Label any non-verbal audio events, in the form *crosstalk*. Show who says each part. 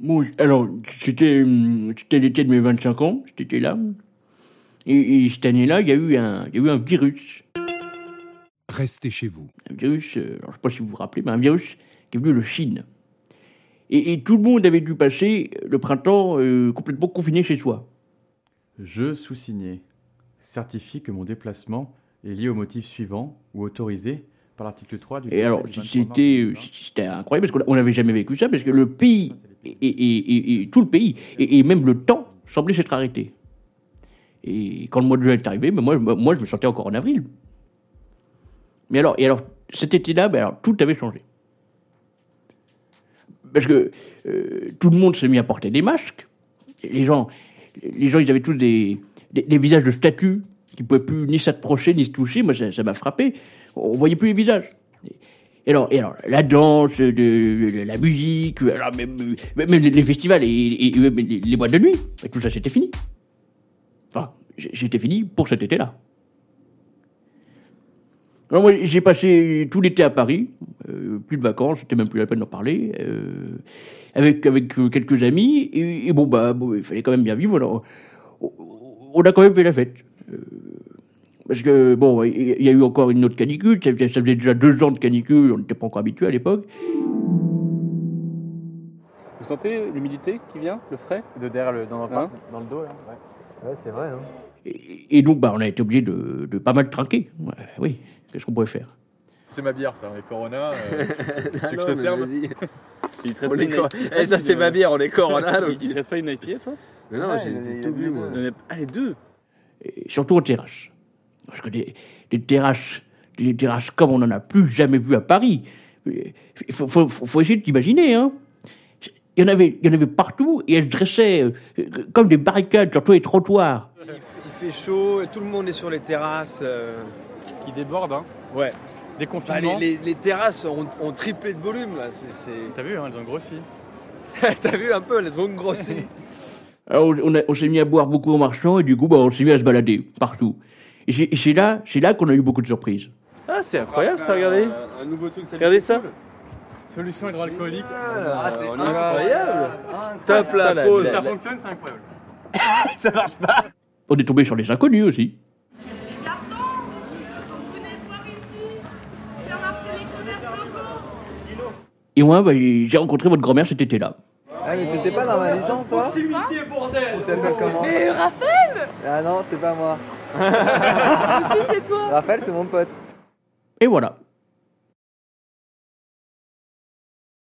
Speaker 1: Moi, alors, c'était hum, c'était l'été de mes 25 ans, c'était là. Et, et cette année-là, il y, a eu un- il y a eu un virus.
Speaker 2: Restez chez vous.
Speaker 1: un virus, euh, alors je ne sais pas si vous vous rappelez, mais un virus qui est venu de Chine. Et, et tout le monde avait dû passer le printemps euh, complètement confiné chez soi.
Speaker 3: Je sous-signé. Certifie que mon déplacement est lié au motif suivant ou autorisé par l'article 3 du
Speaker 1: Et alors,
Speaker 3: décret du 23 mars
Speaker 1: c'était
Speaker 3: 2020.
Speaker 1: c'était incroyable, parce qu'on n'avait jamais vécu ça, parce que le pays, et, et- et- et tout le pays, et, et même le temps, semblait s'être arrêté. Et quand le mois de juin est arrivé, ben moi, moi, je me sentais encore en avril. Mais alors, et alors cet été-là, ben alors, tout avait changé. Parce que euh, tout le monde s'est mis à porter des masques. Les gens, les gens ils avaient tous des, des, des visages de statues qui ne pouvaient plus ni s'approcher, ni se toucher. Moi, ça ça m'a frappé. On voyait plus les visages. Et alors, et alors, la danse, de, de- la musique, euh, alors même, même- même les festivals et, et- et même les, les boîtes de nuit, et tout ça c'était fini. Enfin, j'ai- c'était fini pour cet été-là. Alors moi, j'ai passé tout l'été à Paris, euh, plus de vacances, c'était même plus la peine d'en parler, euh, avec, avec euh, quelques amis, et, et bon, bah, bon, il fallait quand même bien vivre, alors on, on a quand même fait la fête. Euh, parce que, bon, il y a eu encore une autre canicule, ça faisait ça faisait déjà deux ans de canicule, on n'était pas encore habitué à l'époque.
Speaker 4: Vous sentez l'humidité qui vient, le frais
Speaker 3: De derrière le, dans, le,
Speaker 4: Hein
Speaker 3: dans le dos, là. ouais.
Speaker 5: Ouais, c'est vrai. Hein.
Speaker 1: Et, et donc, bah, on a été obligé de, de pas mal trinquer. Ouais, oui, qu'est-ce qu'on pourrait faire
Speaker 6: C'est ma bière, ça, les Corona. euh, tu veux que je te
Speaker 5: mais
Speaker 6: serve
Speaker 5: vas-y.
Speaker 3: Il te
Speaker 5: On
Speaker 3: reste
Speaker 5: est
Speaker 3: une-
Speaker 5: cor- *laughs* Eh, ça, c'est ma bière, on est
Speaker 4: *laughs*
Speaker 5: corona.
Speaker 4: Il
Speaker 5: donc.
Speaker 4: il te reste pas une IPA, toi
Speaker 5: Mais non, j'ai tout bu, moi.
Speaker 4: Donnez- Ah, les deux
Speaker 1: Et Surtout en terrasse. Parce que des, des terrasses, des terrasses comme on n'en a plus jamais vu à Paris. Il faut, faut- faut- faut essayer de t'imaginer, hein. Il y, en avait, il y en avait partout et elles se dressaient euh, euh, comme des barricades sur tous les trottoirs.
Speaker 7: Il, il fait chaud, tout le monde est sur les terrasses. euh,
Speaker 4: Qui débordent, hein
Speaker 7: Ouais.
Speaker 4: Des
Speaker 7: bah,
Speaker 4: confinements.
Speaker 7: les, les- les terrasses ont, ont triplé de volume là. c'est- c'est- *laughs*
Speaker 4: T'as vu, hein, elles ont grossi.
Speaker 7: T'as vu un peu, elles ont grossi.
Speaker 1: Alors on, on a- on s'est mis à boire beaucoup en marchant et du coup bah, on s'est mis à se balader partout. Et c'est et c'est là, c'est là qu'on a eu beaucoup de surprises.
Speaker 4: Ah, c'est incroyable ça, regardez
Speaker 7: Un, nouveau truc, ça
Speaker 4: Regardez ça Solution hydroalcoolique.
Speaker 7: Ah, c'est
Speaker 4: on y va.
Speaker 7: incroyable. Top la
Speaker 4: Voilà,
Speaker 7: pause.
Speaker 4: si ça fonctionne, c'est incroyable.
Speaker 1: On est tombé sur les inconnus aussi.
Speaker 8: Les garçons, venez voir ici, faire marcher les commerces locaux.
Speaker 1: Et moi, bah, j'ai rencontré votre grand-mère cet été-là.
Speaker 9: Ah mais t'étais pas dans ma licence toi Tu t'appelles comment
Speaker 8: Mais Raphaël
Speaker 9: Ah non c'est pas moi.
Speaker 8: aussi, c'est toi
Speaker 9: Raphaël c'est mon pote.
Speaker 1: Et voilà.